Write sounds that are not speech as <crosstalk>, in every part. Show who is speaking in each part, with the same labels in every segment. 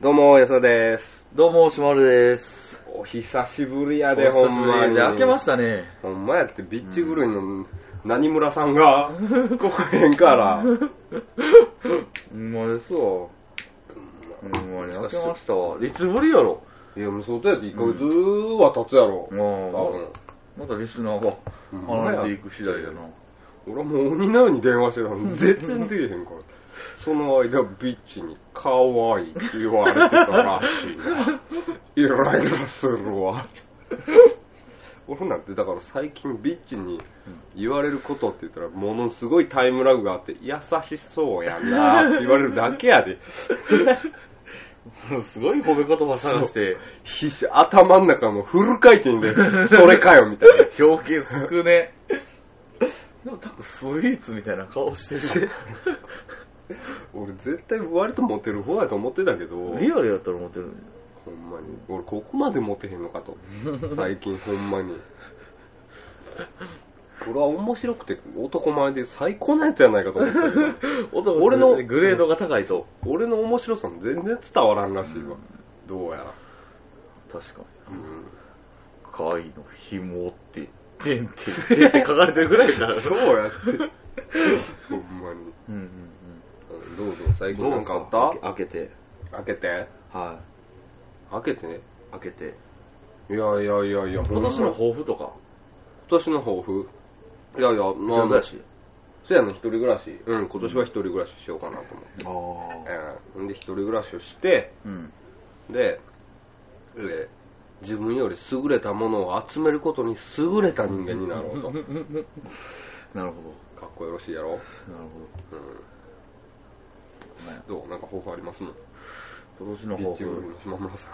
Speaker 1: どうも、よそです。
Speaker 2: どうも、しまるです。
Speaker 1: お久しぶりや
Speaker 2: お
Speaker 1: で、ほ
Speaker 2: 久
Speaker 1: ん
Speaker 2: しぶ
Speaker 1: ま
Speaker 2: り
Speaker 1: に。
Speaker 2: で、明けましたね。
Speaker 1: ほんまやって、ビッチ狂いの何村さんが来へんから。
Speaker 2: ほんまですわ。ほんまに、明けましたわ。いつぶりやろ。
Speaker 1: いや、もう相当やって1ヶ月は経つやろ。多
Speaker 2: も
Speaker 1: 分
Speaker 2: う、またリスナーが
Speaker 1: うん
Speaker 2: 離れていく次第やな。
Speaker 1: 俺はもう鬼のように電話してたのに、絶対出えへんから。その間、ビッチに可愛いって言われてたらしいな。イライラするわ。俺なんて、だから最近ビッチに言われることって言ったら、ものすごいタイムラグがあって、優しそうやなって言われるだけやで。
Speaker 2: すごい褒め言葉探して、
Speaker 1: 必死、頭ん中もフル回転で、それかよみたいな。
Speaker 2: 表現少ね。でも、たぶんスイーツみたいな顔して <laughs> る。
Speaker 1: 俺絶対割とモテる方やと思ってたけど。
Speaker 2: リアルやったら思ってる <laughs> ん
Speaker 1: ほんまに。俺ここまでモテへんのかと。最近ほんまに。俺は面白くて男前で最高なやつやないかと思ったけど、
Speaker 2: 男
Speaker 1: 俺
Speaker 2: 俺
Speaker 1: の
Speaker 2: のグレードが高いと。
Speaker 1: 俺の面白さも全然伝わらんらしいわ。どうやら。
Speaker 2: 確かに。
Speaker 1: うん、
Speaker 2: 貝の紐って、てんてんてんって書かれてるぐらいだか
Speaker 1: <laughs>
Speaker 2: ら。
Speaker 1: そうやって。ほんまに。
Speaker 2: うんうんうん。
Speaker 1: うんどうぞ、最近
Speaker 2: どう
Speaker 1: な
Speaker 2: で
Speaker 1: ん
Speaker 2: す
Speaker 1: か
Speaker 2: か
Speaker 1: あった
Speaker 2: 開け開けて。
Speaker 1: 開けて。
Speaker 2: は
Speaker 1: 開けてね。
Speaker 2: い。開けて。
Speaker 1: いやいやいやいや、
Speaker 2: 今年の
Speaker 1: ほんま
Speaker 2: 抱負とか。
Speaker 1: 今年の抱負。いやいや、
Speaker 2: ま
Speaker 1: ま
Speaker 2: あ、
Speaker 1: あ、そうやな、一人暮らし。うん、今年は一人暮らししようかなと思って。
Speaker 2: ああ。
Speaker 1: えーんで、一人暮らしをして、
Speaker 2: うん。
Speaker 1: で、えー自分より優れたものを集めることに優れた人間になろう <laughs>
Speaker 2: <laughs>
Speaker 1: と。
Speaker 2: なるほど。
Speaker 1: かっこよろしいやろ。
Speaker 2: なるほど。
Speaker 1: うん、ど
Speaker 2: ごめん
Speaker 1: うなんか抱負ありますの
Speaker 2: 今年の
Speaker 1: ビッ
Speaker 2: 抱
Speaker 1: チより
Speaker 2: 負。
Speaker 1: の島村さん。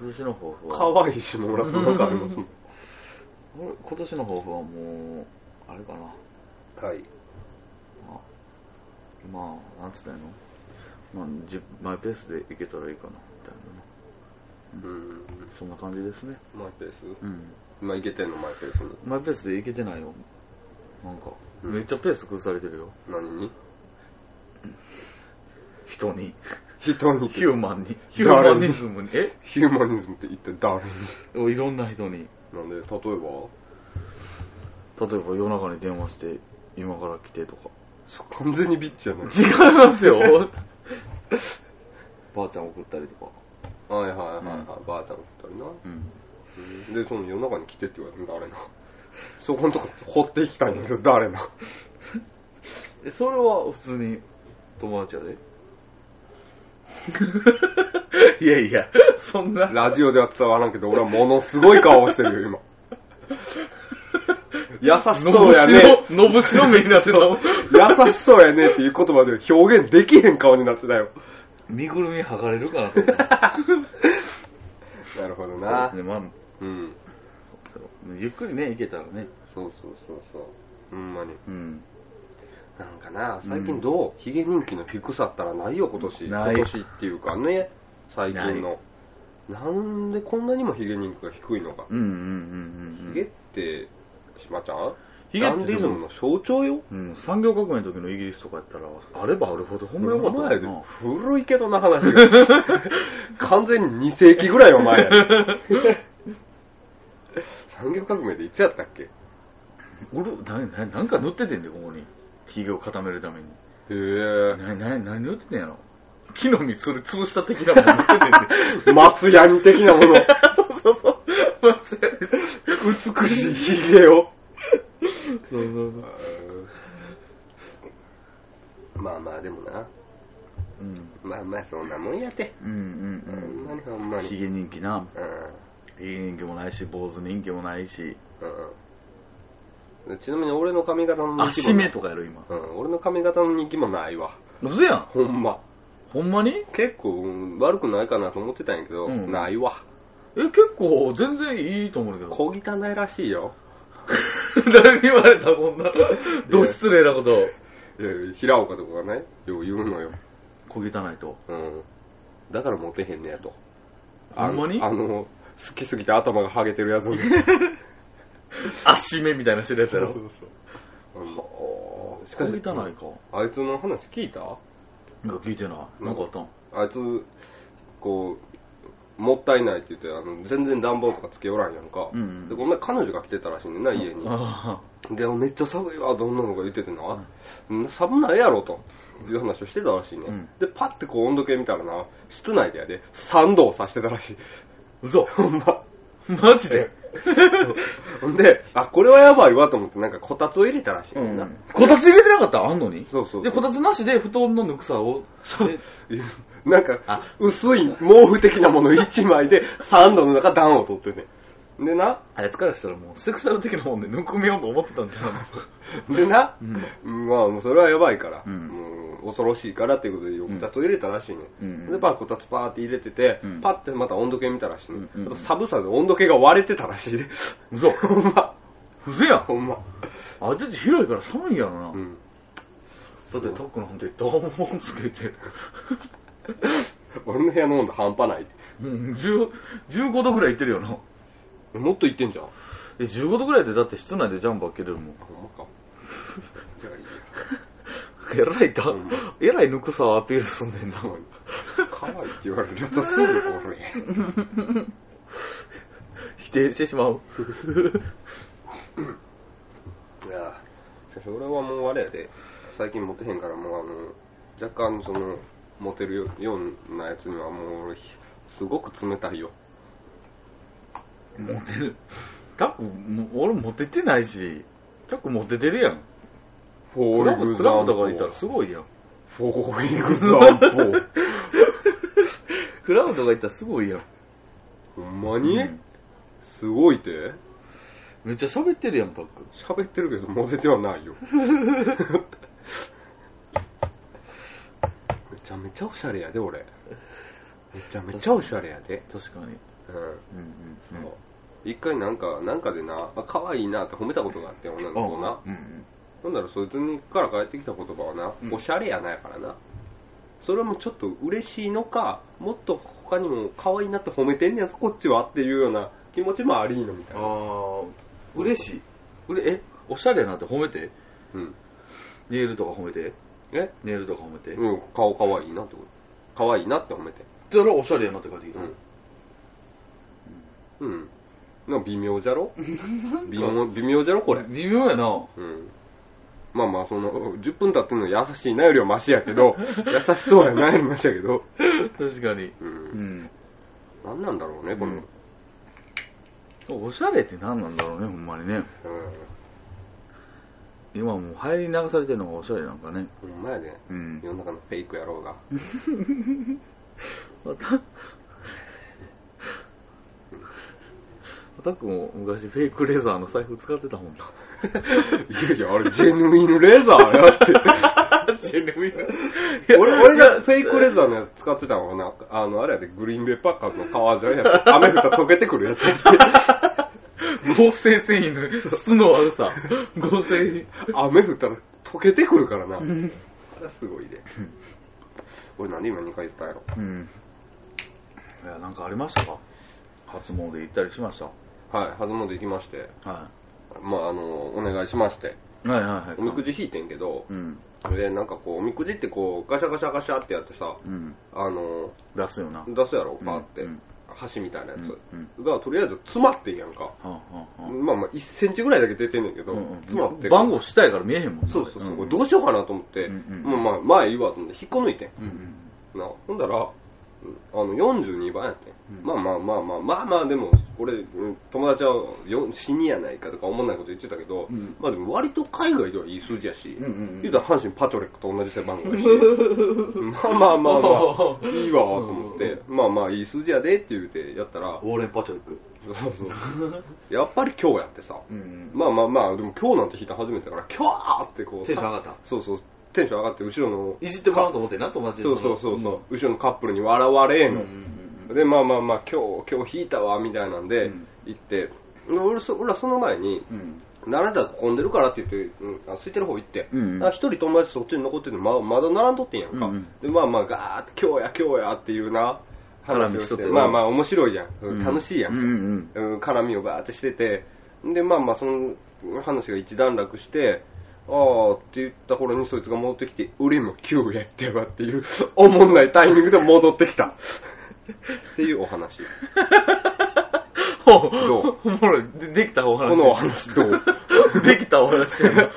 Speaker 2: 今年の抱負
Speaker 1: か
Speaker 2: は。
Speaker 1: わいい島村さんなんかありますの
Speaker 2: 俺今年の抱負はもう、あれかな。
Speaker 1: <laughs> はい。
Speaker 2: まあ、まあ、なんつったんやろ。まあ、じマイペースでいけたらいいかな、みたいなね。
Speaker 1: うん。
Speaker 2: そんな感じですね。
Speaker 1: マイペース
Speaker 2: うん。
Speaker 1: 今いけてんのマイペースに。
Speaker 2: マイペースでいけてないよ。なんか、
Speaker 1: うん
Speaker 2: めっちゃペース崩されてるよ。
Speaker 1: 何に
Speaker 2: 人に。
Speaker 1: 人に。
Speaker 2: <laughs> ヒューマンに。ヒュー
Speaker 1: 誰
Speaker 2: マ
Speaker 1: に
Speaker 2: ニズムに。え
Speaker 1: ヒューマニズムって一体誰に
Speaker 2: いろんな人に。
Speaker 1: なんで、例えば
Speaker 2: 例えば夜中に電話して、今から来てとか。
Speaker 1: そう完全にビッチやない。
Speaker 2: <laughs> 違いますよばあちゃん送ったりとか。
Speaker 1: はいはいはいはい。ばあちゃん二人な。
Speaker 2: うん。
Speaker 1: で、その夜中に来てって言われたの誰なそこのとこ掘っていきたいんだけど、誰な
Speaker 2: え、それは普通に友達やで。 <laughs> いやいや、そんな。
Speaker 1: ラジオでは伝わらんけど、俺はものすごい顔をしてるよ、今。優しそうやね。
Speaker 2: のぶしの目になってたもん。
Speaker 1: 優しそうやねっていう言葉で表現できへん顔になってたよ。
Speaker 2: <laughs> 身ぐるみ剥がれるかなと思って。 <laughs>
Speaker 1: なるほど
Speaker 2: そうで
Speaker 1: な
Speaker 2: す。ね、まあ、
Speaker 1: うん。
Speaker 2: そうそうゆっくりね、いけたらね。
Speaker 1: そうそうそうそう。ほんまに。
Speaker 2: うん。
Speaker 1: なんかな、最近どう、ヒゲ人気の低さったらないよ、今年。
Speaker 2: ない
Speaker 1: 今年っていうかね、最近の。なんでこんなにもヒゲ人気が低いのか。
Speaker 2: うんうんうんうんうん。
Speaker 1: ヒゲって、しまちゃん
Speaker 2: ヒゲって
Speaker 1: ダンディズムの象徴よ。
Speaker 2: うん、産業革命の時のイギリスとかやったら、あればあるほどほんまよかった
Speaker 1: 前で
Speaker 2: <laughs> な。
Speaker 1: 古いけどな話 <laughs> が。完全に2世紀ぐらいお前やで。産業革命っていつやったっけへ
Speaker 2: うる、な、な、なんか塗っててんで、ここに。ヒゲを固めるために。
Speaker 1: え。
Speaker 2: な、な、何塗っててんやろ。木の実、それ潰した的なもん塗っててんで。
Speaker 1: 松ヤニ的なもの。
Speaker 2: <laughs> そうそうそう。そう
Speaker 1: 美しいヒゲを。
Speaker 2: そうそう。
Speaker 1: まあまあでもな。
Speaker 2: うん。
Speaker 1: まあまあそんなもんやて。
Speaker 2: うん
Speaker 1: ほん
Speaker 2: うん
Speaker 1: まにほん
Speaker 2: う
Speaker 1: ま
Speaker 2: ん。ヒ
Speaker 1: に。
Speaker 2: ゲ人気な。
Speaker 1: うん
Speaker 2: ヒゲ人気もないし、坊主人気もないし。
Speaker 1: うんちなみに俺の髪型の人気
Speaker 2: 足
Speaker 1: もな
Speaker 2: 目
Speaker 1: い。
Speaker 2: とかやろ、今。
Speaker 1: うん、俺の髪型の人気もないわ。
Speaker 2: 嘘やん。
Speaker 1: ほんま。
Speaker 2: ほんまにえ、
Speaker 1: 結構、うん悪くないかなと思ってたんやけど、
Speaker 2: うん
Speaker 1: ないわ。
Speaker 2: 結構、全然いいと思うけど。
Speaker 1: 小汚いらしいよ。
Speaker 2: <laughs> 誰に言われたこんな、ど失礼なこと。
Speaker 1: いやいや平岡とかがね、よう言うのよ。
Speaker 2: 小汚いと。
Speaker 1: うん。だからモテへんねやと。
Speaker 2: ほんまに
Speaker 1: あの、好きすぎて頭がハゲてるやつ
Speaker 2: <laughs>
Speaker 1: に。
Speaker 2: 足目みたいなしてるやつやろ。
Speaker 1: うんし
Speaker 2: 小
Speaker 1: か
Speaker 2: 汚
Speaker 1: し
Speaker 2: いか。なんか
Speaker 1: あいつの話聞いた
Speaker 2: 聞いてない。なんかあったん
Speaker 1: あいつ、こう、もったいないって言って、あの全然暖房とかつけおらんやんか。
Speaker 2: うんうん
Speaker 1: で、この前彼女が来てたらしいねんな、家に。
Speaker 2: あ
Speaker 1: で、めっちゃ寒いわ、どんなのが言っててな、寒ないやろと、いう話をしてたらしいね。
Speaker 2: うん
Speaker 1: で、パッてこう温度計見たらな、室内でやで、3度を指してたらしい。嘘ほんま。
Speaker 2: あ。マジで
Speaker 1: <laughs> ほんで、あ、これはやばいわと思って、なんかこたつを入れたら
Speaker 2: <laughs>
Speaker 1: しいねんな。 <laughs>
Speaker 2: こたつ入れてなかったあんのに
Speaker 1: そうそうそう
Speaker 2: で、こたつなしで布団のぬくさを。そう。
Speaker 1: なんか
Speaker 2: あ、
Speaker 1: 薄い毛布的なもの1枚で3度の中暖を取ってね。でな、
Speaker 2: あれからしたらもうセクシャル的なもんでぬくめようと思ってたんじゃないですか。
Speaker 1: でな、
Speaker 2: うん。
Speaker 1: まあ、もうそれはやばいから、
Speaker 2: うん
Speaker 1: もう恐ろしいからっていうことで、こたつを入れたらしいね、
Speaker 2: うんうん
Speaker 1: で、パーこたつパーって入れてて、
Speaker 2: うん
Speaker 1: パッてまた温度計見たらしいね、
Speaker 2: うんうん
Speaker 1: あと寒さで温度計が割れてたらしいね。 <laughs>
Speaker 2: 嘘。
Speaker 1: ほんま、
Speaker 2: 嘘やん。
Speaker 1: ほんま。
Speaker 2: あいつたち広いから寒いんやろな。
Speaker 1: うん。
Speaker 2: だってタックなんてどうもつけて。
Speaker 1: 俺の部屋の温度半端ない。
Speaker 2: うん、10 15度ぐらいいってるよな。
Speaker 1: もっといってんじゃん。
Speaker 2: え、15度ぐらいでだって室内でジャンバー着れるもん。
Speaker 1: ほんまか。 <laughs> じゃあいいや。
Speaker 2: えらいだ
Speaker 1: うん、
Speaker 2: えらいぬくさをアピールすんねんな。
Speaker 1: 可愛いって言われるやつはすぐこれ。
Speaker 2: 否定してし
Speaker 1: <laughs>
Speaker 2: ま
Speaker 1: い
Speaker 2: う。
Speaker 1: や、しかし俺はもうあれやで、最近モテへんから、もうあの、若干その、モテるよようなやつにはもう俺、ひすごく冷たいよ。
Speaker 2: モテる。タック、も俺モテてないし、タックモテてるやん。
Speaker 1: フ
Speaker 2: クラ
Speaker 1: ォーイ
Speaker 2: ブ、
Speaker 1: グ
Speaker 2: ク
Speaker 1: ザ
Speaker 2: ラ
Speaker 1: ン
Speaker 2: ブとかいたらすごいやん。
Speaker 1: フォーイグザン
Speaker 2: <laughs> クラブとかいたらすごいやん。
Speaker 1: ポー。ほんまに、
Speaker 2: うん
Speaker 1: すごいって
Speaker 2: めっちゃ喋ってるやん、タック。
Speaker 1: 喋ってるけど、モテてはない <laughs> よ。めちゃめちゃおしゃれやで、俺。めちゃめちゃおしゃれやで。
Speaker 2: 確かに。
Speaker 1: うん。
Speaker 2: うんうんうん。
Speaker 1: 一回なんか、なんかでな、あ、可愛いなって褒めたことがあって、女の子をな。
Speaker 2: うんうん。
Speaker 1: なんだろう、そいつにから返ってきた言葉はな、
Speaker 2: うん
Speaker 1: おしゃれやなやからな。それもちょっと嬉しいのか、もっと他にも可愛いなって褒めてんねやぞ、こっちはっていうような気持ちもありーのみたいな。
Speaker 2: あー、嬉しい。うれ、え、おしゃれなって褒めて。
Speaker 1: うん。
Speaker 2: ネイルとか褒めて。
Speaker 1: え
Speaker 2: ネイルとか褒めて。
Speaker 1: うん、顔可愛いなってこと。可愛いなって褒めて。
Speaker 2: それはおしゃれやなって書いてきた。
Speaker 1: うん。うん。なんか微妙じゃ <laughs> ろ微妙、微妙じゃろこれ。
Speaker 2: 微妙やな。
Speaker 1: うん。まあまあ、その、10分経ってんの優しいなよりはマシやけ
Speaker 2: <laughs>
Speaker 1: ど、優しそうやなよりマシやけど、
Speaker 2: <laughs> 確かに。
Speaker 1: う。
Speaker 2: うんん。
Speaker 1: なんなんだろうね、この、
Speaker 2: うんおしゃれって何なんだろうね、ほんまにね。
Speaker 1: うん。
Speaker 2: 今もう入り流されてるのがおしゃれなんかね。
Speaker 1: ほんまやで、
Speaker 2: うん
Speaker 1: 世の中のフェイクやろうが。
Speaker 2: また、アタックも昔フェイクレザーの財布使ってたもんな。
Speaker 1: いやいや、あれ、ジェヌインレザーやって。
Speaker 2: <laughs>
Speaker 1: 俺俺がフェイクレザーのやつ使ってたのはな、あの、あれやで、グリーンベイパッカーズの革ジャンやった。雨降ったら溶けてくるやつやって。
Speaker 2: <laughs> 合成繊維の <laughs> 質の悪さ。合成
Speaker 1: 雨降ったら溶けてくるからな。あれすごいで。俺なんで今2回言ったんやろ。
Speaker 2: うん。いや、なんかありましたか初詣行ったりしました
Speaker 1: はい、初詣行きまして、
Speaker 2: は
Speaker 1: まああの、お願いしまして、
Speaker 2: い。はいはいはい。
Speaker 1: おみくじ引いてんけど、
Speaker 2: うん。
Speaker 1: で、なんかこう、おみくじってこう、ガシャガシャガシャってやってさ、
Speaker 2: うん。
Speaker 1: あの、
Speaker 2: 出すよな。
Speaker 1: 出すやろ、パーって、
Speaker 2: うんうん
Speaker 1: 箸みたいなやつ、
Speaker 2: うん
Speaker 1: が、とりあえず詰まってんやんか。
Speaker 2: はあはあはあ
Speaker 1: まあまあ、1センチぐらいだけ出てんねんけど、
Speaker 2: うんうん
Speaker 1: 詰まってる
Speaker 2: 番号したいから見えへんもんな
Speaker 1: そうそうそう、こ
Speaker 2: こ
Speaker 1: れ
Speaker 2: れ
Speaker 1: どうしようかなと思って、
Speaker 2: うんうん
Speaker 1: もうまあ、前いいわと思って、引っこ抜いてん。
Speaker 2: うんうん
Speaker 1: なほんだら、あの42番やって、
Speaker 2: うん
Speaker 1: ん、まあまあまあまあ、まあまあ、でも、俺、うん友達はよ死にやないかとか思わないこと言ってたけど、
Speaker 2: うん
Speaker 1: まあでも、割と海外ではいい数字やし、
Speaker 2: うんうんうん
Speaker 1: 言うたら阪神パチョレックと同じ背番号
Speaker 2: <laughs>
Speaker 1: やし、
Speaker 2: うん
Speaker 1: まあまあまあまあ、
Speaker 2: <laughs>
Speaker 1: いいわと
Speaker 2: うん
Speaker 1: 思って、まあまあ、いい数字やでって言うてやったら
Speaker 2: ウ、ォーレン・パチョリック。
Speaker 1: そうそうやっぱり今日やってさ、
Speaker 2: うん
Speaker 1: まあまあまあ、でも今日なんて弾いたの初めてだから、今日ってこう、
Speaker 2: テンション上がった
Speaker 1: そうそう、テンション上がって、後ろの、
Speaker 2: いじってもらおうと思ってな、友達
Speaker 1: そうそうそうそう、後ろのカップルに笑われ
Speaker 2: うんんう
Speaker 1: の。
Speaker 2: ん
Speaker 1: で、まあまあまあ、今日、今日引いたわ、みたいなん
Speaker 2: う
Speaker 1: で
Speaker 2: ん、
Speaker 1: 行って、俺そ俺らその前に、
Speaker 2: うん。
Speaker 1: 並んだら混んでるからって言って、うん、あ空いてる方行って、
Speaker 2: うんうん
Speaker 1: あ一人友達そっちに残ってて、ままだ並んどってんやんか。
Speaker 2: うんうん
Speaker 1: で、まあまあ、ガーって、今日や、今日やっていうな、話を
Speaker 2: 絡みし
Speaker 1: し
Speaker 2: とって
Speaker 1: て、
Speaker 2: な
Speaker 1: まあまあ、面白いやん。
Speaker 2: う
Speaker 1: うん
Speaker 2: ん。
Speaker 1: 楽しいやん
Speaker 2: うんうん
Speaker 1: うん絡みをバーってしてて、で、まあまあ、その話が一段落して、あーって言った頃にそいつが戻ってきて、俺も9やってばっていう、おもんないタイミングで戻ってきた。っていうお話。
Speaker 2: ほ
Speaker 1: どう
Speaker 2: おもろい。でできたお話。
Speaker 1: このお話どう
Speaker 2: できたお話やな。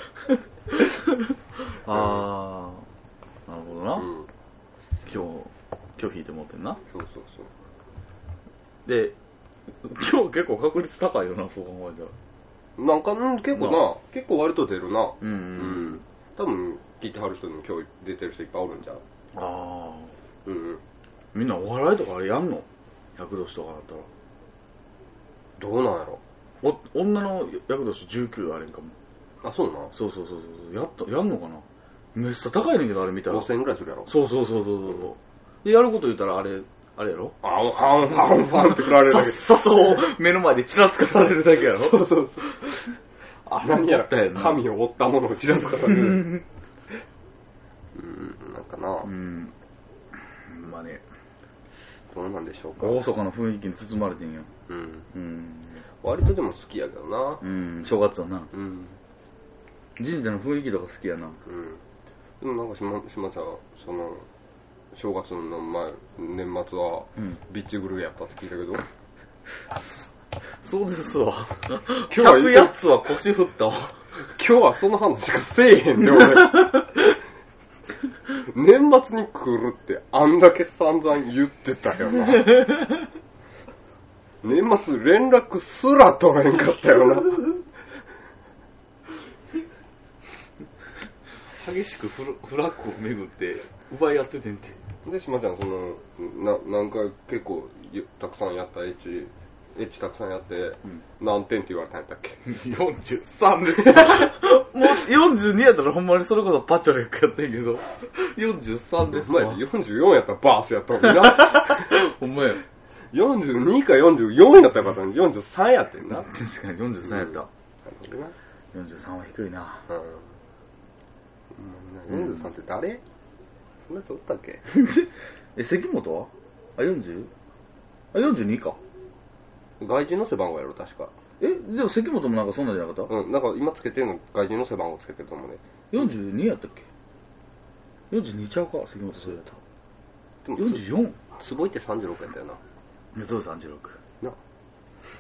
Speaker 2: <laughs> あー、なるほどな。
Speaker 1: うん。
Speaker 2: 今日、今日引いて持ってんな。
Speaker 1: そうそうそう。
Speaker 2: で、今日結構確率高いよな、そう考えたら。
Speaker 1: なんか、うん、結構
Speaker 2: な
Speaker 1: な、結構割と出るな。
Speaker 2: うんう。
Speaker 1: うんん。多分、聞いてはる人でも今日出てる人いっぱいおるんじゃう
Speaker 2: あ
Speaker 1: うんうん。
Speaker 2: ー、みんなお笑いとかあれやんの役年とかだったら。
Speaker 1: どうなんやろ。
Speaker 2: お女の役年19あれんかも。
Speaker 1: あ、そうなん
Speaker 2: そうそうそうそう。やった、やんのかなめっちゃ高いねんけど、あれ見たら。
Speaker 1: ?5000 円ぐらいするやろ。
Speaker 2: そうそうそうそうそうそう。で、やること言ったら、あれ、あれやろ
Speaker 1: あん、あん、あん、あんって振られる
Speaker 2: さ
Speaker 1: だ
Speaker 2: っ
Speaker 1: け。
Speaker 2: さそう、目の前でちらつかされるだけやろ
Speaker 1: そうそうそう。あ、何やら
Speaker 2: 折ったやんな、
Speaker 1: 神を追ったものをちらつかさ
Speaker 2: う
Speaker 1: れる。
Speaker 2: ん。
Speaker 1: うん、なんかな、
Speaker 2: うん。まあね、
Speaker 1: どうなんでしょうか。
Speaker 2: 大阪の雰囲気に包まれてんよ。
Speaker 1: うん。
Speaker 2: うん。
Speaker 1: 割とでも好きやけどな。
Speaker 2: うん、正月だな。
Speaker 1: うん。
Speaker 2: 神社の雰囲気とか好きやな。
Speaker 1: うん。でもなんかしま、しまちゃん、その、正月の前、年末は、
Speaker 2: うん。
Speaker 1: ビッチグルーやったって聞いたけど、
Speaker 2: そうですわ。
Speaker 1: 日は行
Speaker 2: 100やつは腰振ったわ。
Speaker 1: 今日はその話がせえへんで、 <laughs> 俺。年末に来るってあんだけ散々言ってたよな。年末連絡すら取れんかったよな。
Speaker 2: 激しくフラフラッグを巡って、奪い合っててんて。
Speaker 1: で、しまちゃん、その、な、何回結構よたくさんやったエッチ、エッチたくさんやって、
Speaker 2: ん
Speaker 1: 何点って言われたんやったっけ
Speaker 2: 43ですよ。 <laughs> もう42やったらほんまにそれこそパチョレックやったんやけど、43です
Speaker 1: 前
Speaker 2: わ。
Speaker 1: 44やったらバースやったのにな。
Speaker 2: <laughs> ほんまや。
Speaker 1: 42か44やったらよかったのに43やってんな。なる
Speaker 2: 確かに43やった。
Speaker 1: ほどな。
Speaker 2: 43は低いな。
Speaker 1: うん。43って誰そんなやつおったっけ
Speaker 2: <laughs> え、関本はあ、40? あ、42か。
Speaker 1: 外人の背番号やろ、確か。
Speaker 2: え、でも関本もなんかそんなんじゃなかった
Speaker 1: うん、なんか今つけてるの外人の背番号つけてると思うね。
Speaker 2: ?42 やったっけ ?42 ちゃうか関本それやった。
Speaker 1: でも、
Speaker 2: 44?
Speaker 1: つぼいって36やったよな。
Speaker 2: そう36。
Speaker 1: な、
Speaker 2: よう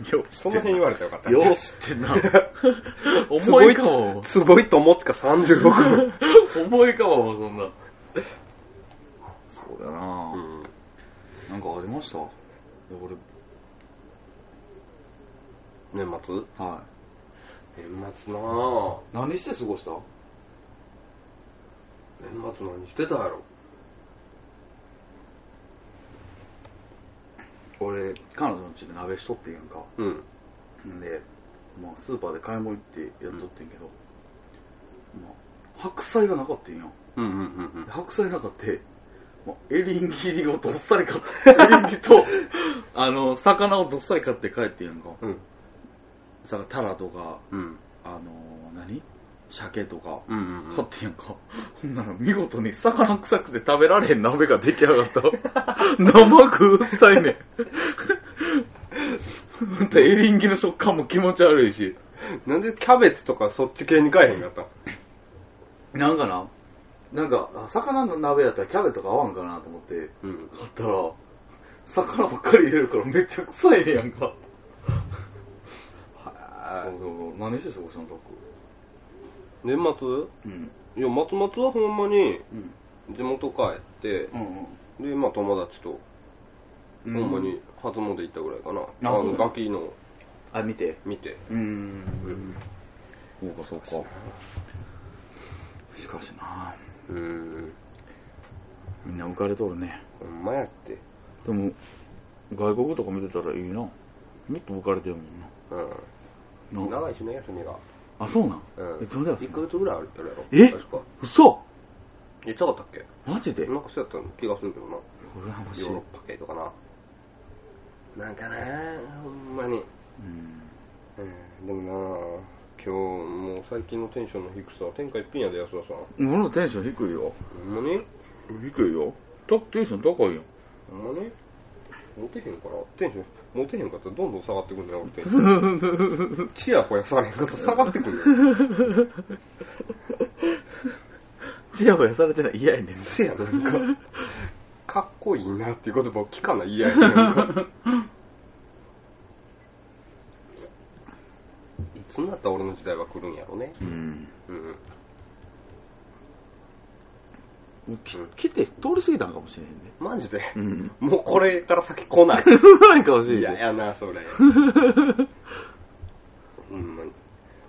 Speaker 2: 知ってんな
Speaker 1: その辺言われたらよかった。
Speaker 2: よう知ってんな。 <laughs> 重いかも。
Speaker 1: すごいと思つか36。
Speaker 2: <laughs> 重いかも、そんな。そうだな、
Speaker 1: うん。
Speaker 2: なんかありましたいや俺、
Speaker 1: 年末
Speaker 2: は
Speaker 1: 年末なぁ。
Speaker 2: い。何して過ごした
Speaker 1: 年末何してたやろ。
Speaker 2: 俺、彼女の家で鍋しとってんやんか。
Speaker 1: うん。
Speaker 2: んで、まあ、スーパーで買い物行ってやっとってんけど、まあ、白菜がなかったんや。
Speaker 1: うんうんうんうん。
Speaker 2: 白菜なかった。まあ、エリンギをどっさり買って、エリンギ <laughs> と、あの、魚をどっさり買って帰ってんやんか。
Speaker 1: うん。
Speaker 2: さ、タラとか、
Speaker 1: うん。
Speaker 2: あの何鮭とか、
Speaker 1: うんうんうん
Speaker 2: 買ってんやんか。ほんなら見事に魚臭くて食べられへん鍋が出来上がった。生臭いねん。ほんとエリンギの食感も気持ち悪いし。
Speaker 1: なんでキャベツとかそっち系に買えへんかった
Speaker 2: なんかな、なんか、あ魚の鍋やったらキャベツとか合わんかなと思って、
Speaker 1: うん。
Speaker 2: 買ったら、魚ばっかり入れるからめっちゃ臭いねんやんか。
Speaker 1: は
Speaker 2: そうそうそう何して過ごしたの、とく。
Speaker 1: い。年末
Speaker 2: うん。
Speaker 1: いや、松松はほんまに
Speaker 2: うん。
Speaker 1: 地元帰って、
Speaker 2: うん
Speaker 1: で、まあ友達と、
Speaker 2: うん。
Speaker 1: ほんまに初詣行ったぐらいかな。
Speaker 2: あ
Speaker 1: あ
Speaker 2: そう
Speaker 1: の、
Speaker 2: だ
Speaker 1: ガキの
Speaker 2: あ、見て。
Speaker 1: 見て。
Speaker 2: うーん。そうか、そうか。しかしな
Speaker 1: うーん。
Speaker 2: みんな浮かれとるね。
Speaker 1: ほんまやって。
Speaker 2: でも、外国とか見てたらいいな。もっと浮かれてるもんな。
Speaker 1: うん。長いしね、休みが。
Speaker 2: あ、そうなん。
Speaker 1: うん。
Speaker 2: えそれではそ
Speaker 1: 1
Speaker 2: う
Speaker 1: ヶ月ぐらいあるやろ。
Speaker 2: え
Speaker 1: 確か。
Speaker 2: 嘘
Speaker 1: 言っちゃかったっけ
Speaker 2: マジで
Speaker 1: なんかそうやったの気がするけどな。ヨ
Speaker 2: 俺は欲しい。
Speaker 1: ーロ
Speaker 2: う
Speaker 1: ッパ系とかな。なんかね、ほんまに。
Speaker 2: ん。
Speaker 1: うん。でもな今日、もう最近のテンションの低さは天下一品やで、安田さん。
Speaker 2: 俺のテンション低いよ。
Speaker 1: ほんまに
Speaker 2: 低いよ。だテンション高
Speaker 1: <laughs>
Speaker 2: いよ。
Speaker 1: ほんまにモテへんから、テンション、モテへんかったらどんどん下がってくんだよ、俺テンションチヤホヤされんかと下がってくるよ。
Speaker 2: <laughs> ちやほやされてない嫌やねん。
Speaker 1: せやなんか、かっこいいなっていう言葉を聞かない嫌やねなんかいつになったら俺の時代は来るんやろね
Speaker 2: うん。
Speaker 1: うん
Speaker 2: もうき来て通り過ぎたんかもしれへんね。
Speaker 1: マジで
Speaker 2: うん。
Speaker 1: もうこれから先来ない
Speaker 2: ないかもしれへん
Speaker 1: い
Speaker 2: ね <laughs>
Speaker 1: ややなそれほんまに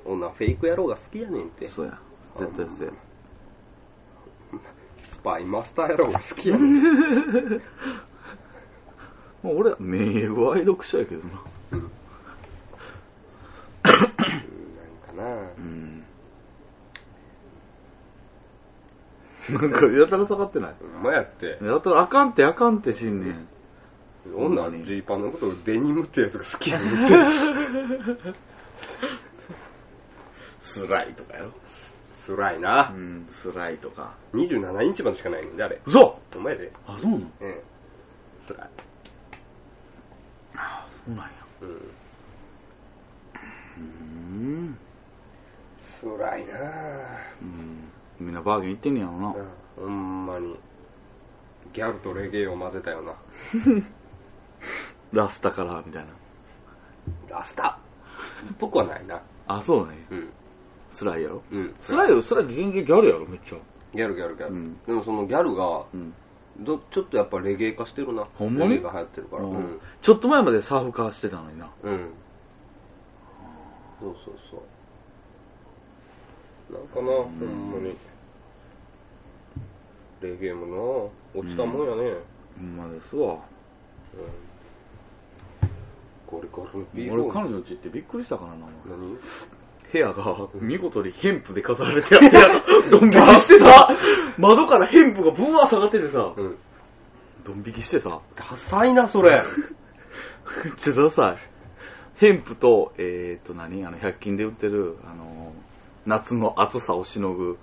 Speaker 1: 女はフェイク野郎が好きやねんって
Speaker 2: そうや。絶対 <laughs> そうや。
Speaker 1: スパイマスター野郎が好きやねん、
Speaker 2: もう俺は名誉愛読者やけどな。
Speaker 1: うん、うんなんかな
Speaker 2: うん。なんかやたら下がってない。
Speaker 1: ほんまやって
Speaker 2: やたらあかんってあかんってしんねん。
Speaker 1: 女はジーパンのことをデニムってやつが好きやねんって
Speaker 2: <laughs> <laughs> スライとかやろ。
Speaker 1: つらいうな。
Speaker 2: ん、スライとか。
Speaker 1: 27インチまでしかないので、あれ。
Speaker 2: 嘘
Speaker 1: お前で。
Speaker 2: あ、そうなの
Speaker 1: うん。つらい。
Speaker 2: あ、そうなんや。
Speaker 1: うん。
Speaker 2: うん。
Speaker 1: つらいな
Speaker 2: うん。みんなバーゲン行ってんねやろな。
Speaker 1: ほんまに。ギャルとレゲエを混ぜたよな。
Speaker 2: ラスタから、みたいな。
Speaker 1: ラスタ僕はないな。
Speaker 2: あ、そうなんや。
Speaker 1: うん。
Speaker 2: スライやろ
Speaker 1: うん。
Speaker 2: スライよ、スライ全然ギャルやろ、めっちゃ。
Speaker 1: ギャルギャルギャル。
Speaker 2: うん
Speaker 1: でもそのギャルが、
Speaker 2: うん。
Speaker 1: どちょっとやっぱレゲエ化してるな。
Speaker 2: ほんまに
Speaker 1: レゲエが流行ってるから。うん。
Speaker 2: ちょっと前までサーフカーしてたのにな。
Speaker 1: うん。そうそうそう。なんかな、ほんまに。レゲエもな、落ちたもんやね。
Speaker 2: ほんまですわ。
Speaker 1: うん。ゴリゴリのビ
Speaker 2: 俺
Speaker 1: ーボー
Speaker 2: 彼女んちってびっくりしたからな。
Speaker 1: 何
Speaker 2: 部屋が見事にヘンプで飾られてあって、 <laughs> ドン引きしてさ、 <laughs> 窓からヘンプがブワー下がっててさ、
Speaker 1: うん。
Speaker 2: ドン引きしてさ、
Speaker 1: ダサいな、それ。
Speaker 2: めっちゃダサい。ヘンプと、えーっと何あの、100均で売ってる、あの、夏の暑さをしのぐ、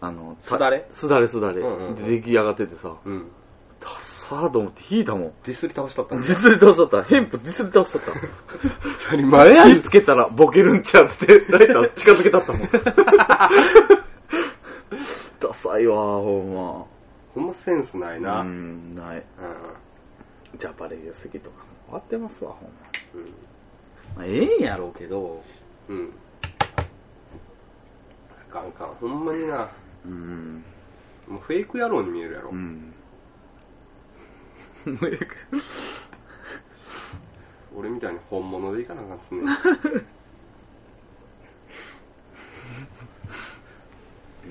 Speaker 2: あの、た
Speaker 1: すだれ
Speaker 2: すだれすだれ。
Speaker 1: うんうんうん
Speaker 2: で出来上がっててさ、
Speaker 1: うん。
Speaker 2: ダッサーと思って引いたもん。
Speaker 1: ディスり倒したった
Speaker 2: デ
Speaker 1: ん
Speaker 2: ィ
Speaker 1: だ。
Speaker 2: スり倒しちゃった。ヘンプディスり倒しちゃった。
Speaker 1: 当たり前や
Speaker 2: 火つけたらボケるんちゃうって、ライター近づけたった <laughs> もん。ダサいわ、ほんま。
Speaker 1: ほんまセンスないな。
Speaker 2: う
Speaker 1: うん。
Speaker 2: ん、ない。ジャパレル好きとかも終わってますわ、ほん
Speaker 1: うん。
Speaker 2: ま。まあええんやろうけど、
Speaker 1: うん。あかんあかん。ほんまにな。
Speaker 2: うん。
Speaker 1: もうフェイク野郎に見えるやろ。
Speaker 2: うん。
Speaker 1: 俺みたいに本物でいかなあかんっすね。
Speaker 2: <laughs>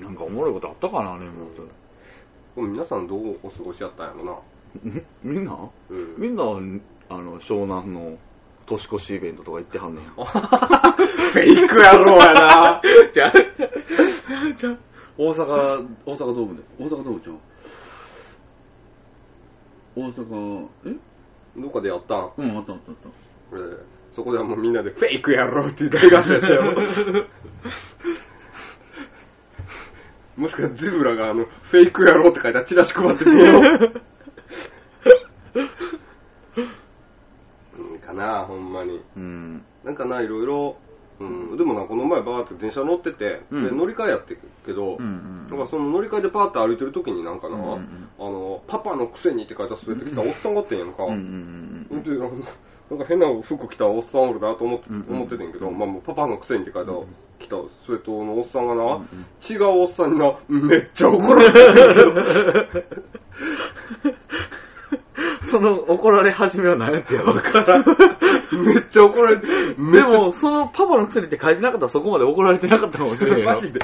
Speaker 2: なんかおもろいことあったかな、レモンズ。
Speaker 1: でも皆さんどうお過ごしやったんやろな。
Speaker 2: みんな
Speaker 1: うん。
Speaker 2: みんな、あの、湘南の年越しイベントとか行ってはんね <laughs> や。
Speaker 1: フェイク野郎やな。
Speaker 2: じゃあ、じゃあ、大阪、大阪ドームで、大阪ドームちゃん。大阪、え
Speaker 1: どっかでやったん
Speaker 2: うん、あったあったあった。
Speaker 1: これ、そこではもうみんなでフェイクやろうって大合戦やったよ。
Speaker 2: <laughs>
Speaker 1: もしくはズブラがあの、フェイクやろうって書いたチラシ配ってみ
Speaker 2: <laughs>
Speaker 1: よう。うんかなほんまに。
Speaker 2: うん。
Speaker 1: なんかな、いろいろ、うん、でもな、この前バーって電車乗ってて、
Speaker 2: うん
Speaker 1: で乗り換えやってくけど、
Speaker 2: うん
Speaker 1: なんかその乗り換えでパーって歩いてる時になんかな、
Speaker 2: うんうんうん
Speaker 1: あの、パパのくせにって書いた滑ってきたおっさんがおってんやんか。
Speaker 2: うんうん
Speaker 1: でなんかなんか変な服着たおっさんおるなと思って,、
Speaker 2: うんうん
Speaker 1: 思っててんけど、まあ、もうパパのくせにって書いた、着たスウェットのおっさんがな、
Speaker 2: んうん
Speaker 1: 違うおっさんに
Speaker 2: <laughs>
Speaker 1: な、めっちゃ怒られてるけど、
Speaker 2: <laughs> その怒られ始めは何やってやろうから。
Speaker 1: めっちゃ怒られてる、め
Speaker 2: で
Speaker 1: っちゃ
Speaker 2: も、そのパパの薬って書いてなかったらそこまで怒られてなかったかもしれへんよ
Speaker 1: マジで。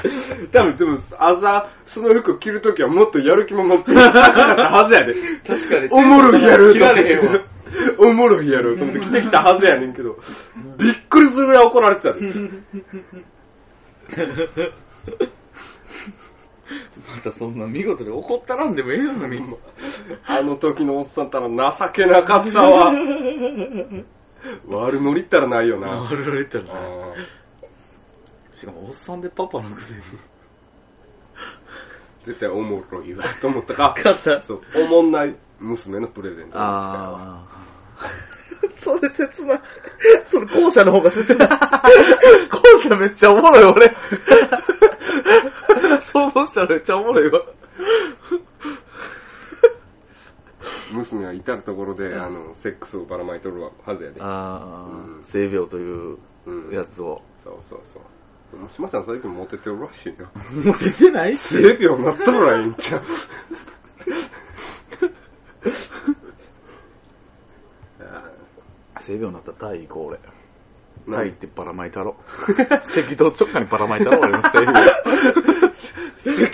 Speaker 1: 多分、でも、朝、その服着るときはもっとやる気も持ってなかったはずやで。
Speaker 2: 確かに
Speaker 1: おもろいやる
Speaker 2: 切られへんわ。
Speaker 1: おもろいやると思って着てきたはずやねんけど、びっくりするぐらい怒られてたで。
Speaker 2: <laughs> またそんな見事に怒ったらんでもええのに。
Speaker 1: あの時のおっさんたら情けなかったわ。
Speaker 2: <laughs>
Speaker 1: 悪ノリったらないよな。
Speaker 2: <laughs> 笑われたらな。
Speaker 1: あー
Speaker 2: しかも、おっさんでパパの薬。
Speaker 1: 絶対おもろいわと思ったか。
Speaker 2: 勝った
Speaker 1: そう、おもんない娘のプレゼントが来たよ
Speaker 2: ああ。それ切ない。それ後者の方が切ない。 <laughs> 後者めっちゃおもろい、 <laughs> 俺。想像したらめっちゃおもろいわ。
Speaker 1: 娘は至るところで、
Speaker 2: ん
Speaker 1: あの、セックスをばらまいとるはずやで。
Speaker 2: あ
Speaker 1: う
Speaker 2: あ、
Speaker 1: ん
Speaker 2: 性病という
Speaker 1: うん
Speaker 2: やつを。
Speaker 1: そうそうそう。もしまさん最近モテてるらしいな。
Speaker 2: もう出てない
Speaker 1: 性病になったらええんちゃうあ
Speaker 2: <laughs> 性病になったらタイ行こう、俺。
Speaker 1: ー
Speaker 2: タイ
Speaker 1: 何
Speaker 2: 行ってばらまいたろ。 <laughs> 赤道直下にばらまいたろ、俺の性病。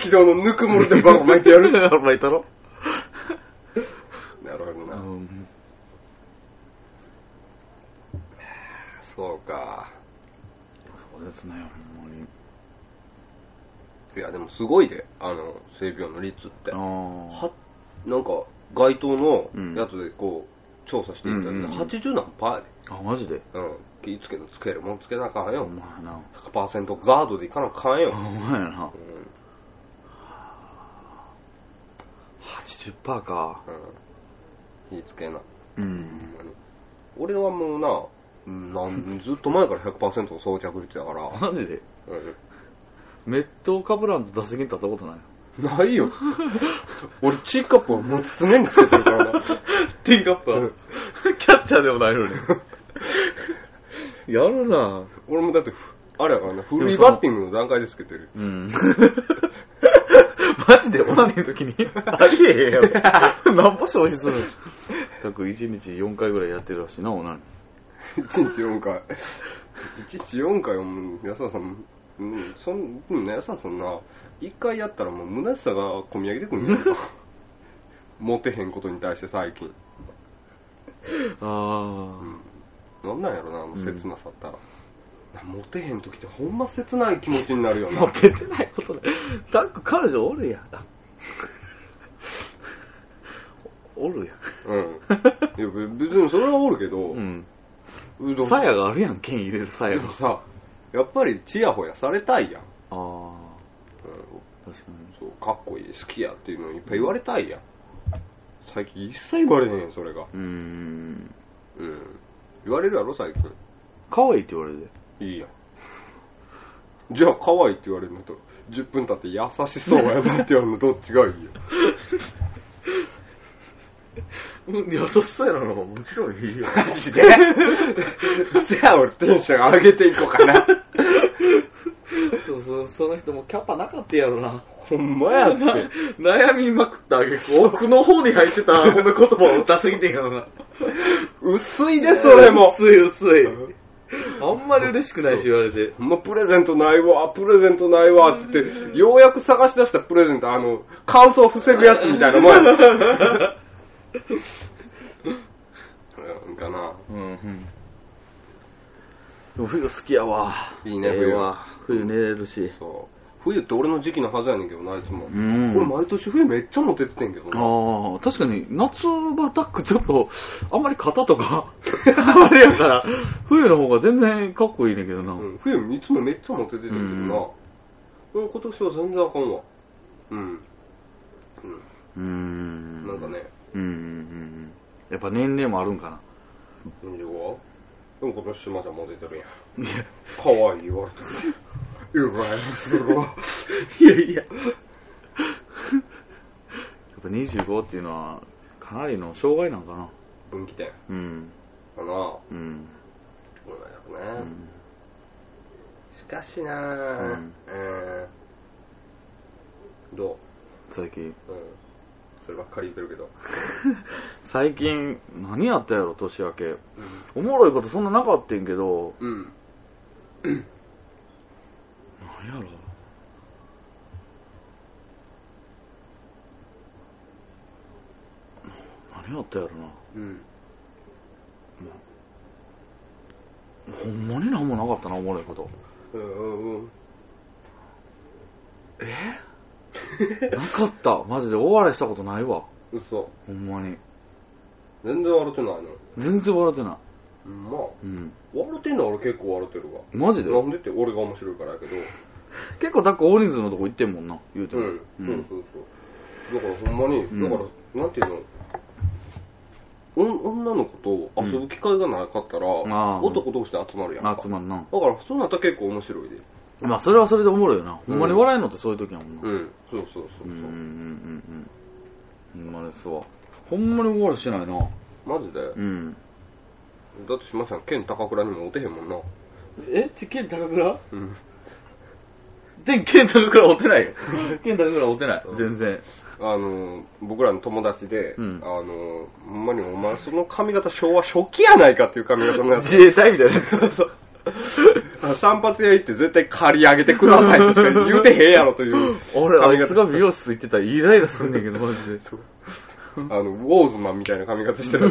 Speaker 2: <laughs>
Speaker 1: 赤道のぬくもりでバン巻いてやる。
Speaker 2: <laughs> ばらまいたろ。
Speaker 1: なるほど
Speaker 2: う
Speaker 1: な。
Speaker 2: ん。
Speaker 1: そうか。
Speaker 2: そうですね、ほんまに。
Speaker 1: いや、でもすごいで、あの、性病の率って。
Speaker 2: あ
Speaker 1: はなんか、街頭の
Speaker 2: うん
Speaker 1: やつでこう、調査してみた
Speaker 2: うんうんう
Speaker 1: ら、
Speaker 2: ん
Speaker 1: 80何パーやで。
Speaker 2: あ。あ、マジで。
Speaker 1: うん。気ぃつける、つけるもんつけなあかん
Speaker 2: お
Speaker 1: よ。
Speaker 2: 前やな。
Speaker 1: 100%ガードでいかなあかん
Speaker 2: お
Speaker 1: よ。
Speaker 2: 前やな
Speaker 1: う。ん。
Speaker 2: 80%か。
Speaker 1: うん。気ぃつけな。
Speaker 2: う
Speaker 1: ほん
Speaker 2: ん。
Speaker 1: まに。俺はもうな、うんなんずっと前から100%の装着率だから、
Speaker 2: マジで。
Speaker 1: う
Speaker 2: メットかぶらんと打席に立ったことない。
Speaker 1: ん、ないよ。 <laughs> 俺、チーカップをもう常につけてるからな。
Speaker 2: ティンカップ
Speaker 1: うん
Speaker 2: <laughs> キャッチャーでもないのに。やるな
Speaker 1: <laughs> 俺もだってふ、あれやからね、フリーバッティングの段階でつけてる。
Speaker 2: <laughs> うん。マジでオナニーの時にありえへんやろ。何ぼ消費するの各1日4回ぐらいやってるらしいな、オナニ
Speaker 1: 1日4回。1日4回はもう、安田さん、うん、そん、うん、安田さんな、1回やったらもう虚しさが込み上げてくるんだよ。モテへんことに対して最近。
Speaker 2: ー。あ
Speaker 1: なんなんやろな、あの切なさったら。モテへん時ってほんま切ない気持ちになるよ
Speaker 2: あ。も
Speaker 1: <laughs> な
Speaker 2: う。出てないことない。タック彼女おるやん。 <laughs> おるやん。
Speaker 1: うん。
Speaker 2: <laughs>
Speaker 1: いや、べ別にそれはおるけど、
Speaker 2: うん。
Speaker 1: うどん
Speaker 2: 鞘があるやん、剣入れる鞘
Speaker 1: で
Speaker 2: が
Speaker 1: も。さ、やっぱりチヤホヤされたいやん。
Speaker 2: あ
Speaker 1: う
Speaker 2: あ
Speaker 1: ん
Speaker 2: ー、確かに。
Speaker 1: そうかっこいい、好きやっていうのいっぱい言われたいやん。最近一切言われへんやん、それが。
Speaker 2: うーん。
Speaker 1: うん。言われるやろ、最近。
Speaker 2: 可愛いって言われるで。
Speaker 1: いいやん。じゃあ、可愛いって言われるのと、10分経って優しそうやなって言われるの、どっちがいいよ。
Speaker 2: うん、優しそうやろな、もちろんいいよ。
Speaker 1: マジでじゃあ、俺テンション上げていこうかな。
Speaker 2: <laughs> そうそう、その人もキャパなかったやろな。
Speaker 1: <laughs> ほんまやって。
Speaker 2: 悩みまくったあげ奥の方に入ってたこの言葉を出してきてんやろな。
Speaker 1: 薄いで、それも。
Speaker 2: 薄い薄い。あんまり嬉しくないし言われて。
Speaker 1: ほんまプレゼントないわ、プレゼントないわって言って、ようやく探し出したプレゼント、あの、乾燥防ぐやつみたいなもんや。
Speaker 2: <laughs>
Speaker 1: うんかな。
Speaker 2: うん、うん。冬好きやわ。
Speaker 1: いいね
Speaker 2: ええわ冬寝れるし。
Speaker 1: そう。冬って俺の時期のはずやねんけどな、いつも。
Speaker 2: うん
Speaker 1: 俺毎年冬めっちゃモテててんけどな。
Speaker 2: ああ、確かに、夏場タックちょっと、あんまり肩と <laughs> か、あれやから、冬の方が全然かっこいいねんけどな。
Speaker 1: うん、冬いつもめっちゃモテててんけどな。
Speaker 2: うん
Speaker 1: うん今年は全然あかんわ。うん。
Speaker 2: うん。
Speaker 1: なんかね、
Speaker 2: うんうんうん。やっぱ年齢もあるんかな。
Speaker 1: 25はでも今年まだモテてるやん。
Speaker 2: いや、
Speaker 1: 可愛い言われてる。うらやますごい。
Speaker 2: いやいや。やっぱ25っていうのは、かなりの障害なんかな。
Speaker 1: 分岐点
Speaker 2: うん。
Speaker 1: かな。
Speaker 2: うん。
Speaker 1: そうなんや
Speaker 2: う
Speaker 1: ろね、
Speaker 2: ん
Speaker 1: しかしなぁ、
Speaker 2: うん
Speaker 1: えーど
Speaker 2: 最
Speaker 1: う、う
Speaker 2: 近。
Speaker 1: ん、そればっかり言ってるけど、
Speaker 2: 最近、何やったやろ、年明け。おもろいことそんななかったんけど、
Speaker 1: うん、
Speaker 2: 何やろ。何やったやろな。
Speaker 1: うん、
Speaker 2: ほんまになんもなかったな、おもろいこと。
Speaker 1: うん、うん、うん、
Speaker 2: なかった。マジで大笑いしたことないわ。
Speaker 1: 嘘、
Speaker 2: ほんまに。
Speaker 1: 全然笑ってないの。
Speaker 2: 全然笑ってない。
Speaker 1: うんまあ、
Speaker 2: うん。
Speaker 1: 笑ってんのは俺結構笑ってるわ。
Speaker 2: マジで
Speaker 1: なんでって俺が面白いからやけど、
Speaker 2: 結構だって大人数のとこ行ってんもんな、言うて
Speaker 1: う
Speaker 2: も。
Speaker 1: ん、
Speaker 2: う
Speaker 1: そうそ
Speaker 2: ん。
Speaker 1: うそう。だからほんまに、
Speaker 2: うん
Speaker 1: だから、なんていうの、おん女の子と遊ぶ機会がなかったら、
Speaker 2: んあー
Speaker 1: 男同士で集まるやんか。
Speaker 2: 集まんな。
Speaker 1: だから、そうなったら結構面白いで。
Speaker 2: まあ、それはそれでおもろいよな。ほ
Speaker 1: うん
Speaker 2: んまに笑えんのってそういう時やもん
Speaker 1: う
Speaker 2: な。
Speaker 1: ん、そうそうそうそう
Speaker 2: うんうんうんうんうん。ほんまですわ。ほんまに動かしてないな。
Speaker 1: マジで、
Speaker 2: うん。
Speaker 1: だって島さん、剣高倉にも打てへんもんな。
Speaker 2: えて、剣高倉
Speaker 1: うん。
Speaker 2: て、剣高倉追って <laughs> ないよ。剣高倉追ってない。 <laughs> 全然。
Speaker 1: あの、僕らの友達で、
Speaker 2: うん
Speaker 1: あの、ほんまにお前その髪型昭和初期やないかっていう髪型の
Speaker 2: <laughs>
Speaker 1: やつ。
Speaker 2: 自衛隊みたいなやつ。そう。
Speaker 1: 散髪屋行って絶対借り上げてくださいとしか言うてへんやろという。
Speaker 2: <laughs> 俺、
Speaker 1: 髪
Speaker 2: あい
Speaker 1: 型
Speaker 2: つが美容室行ってたらイライラすんねんけど、マジで。
Speaker 1: あの、ウォーズマンみたいな髪型してる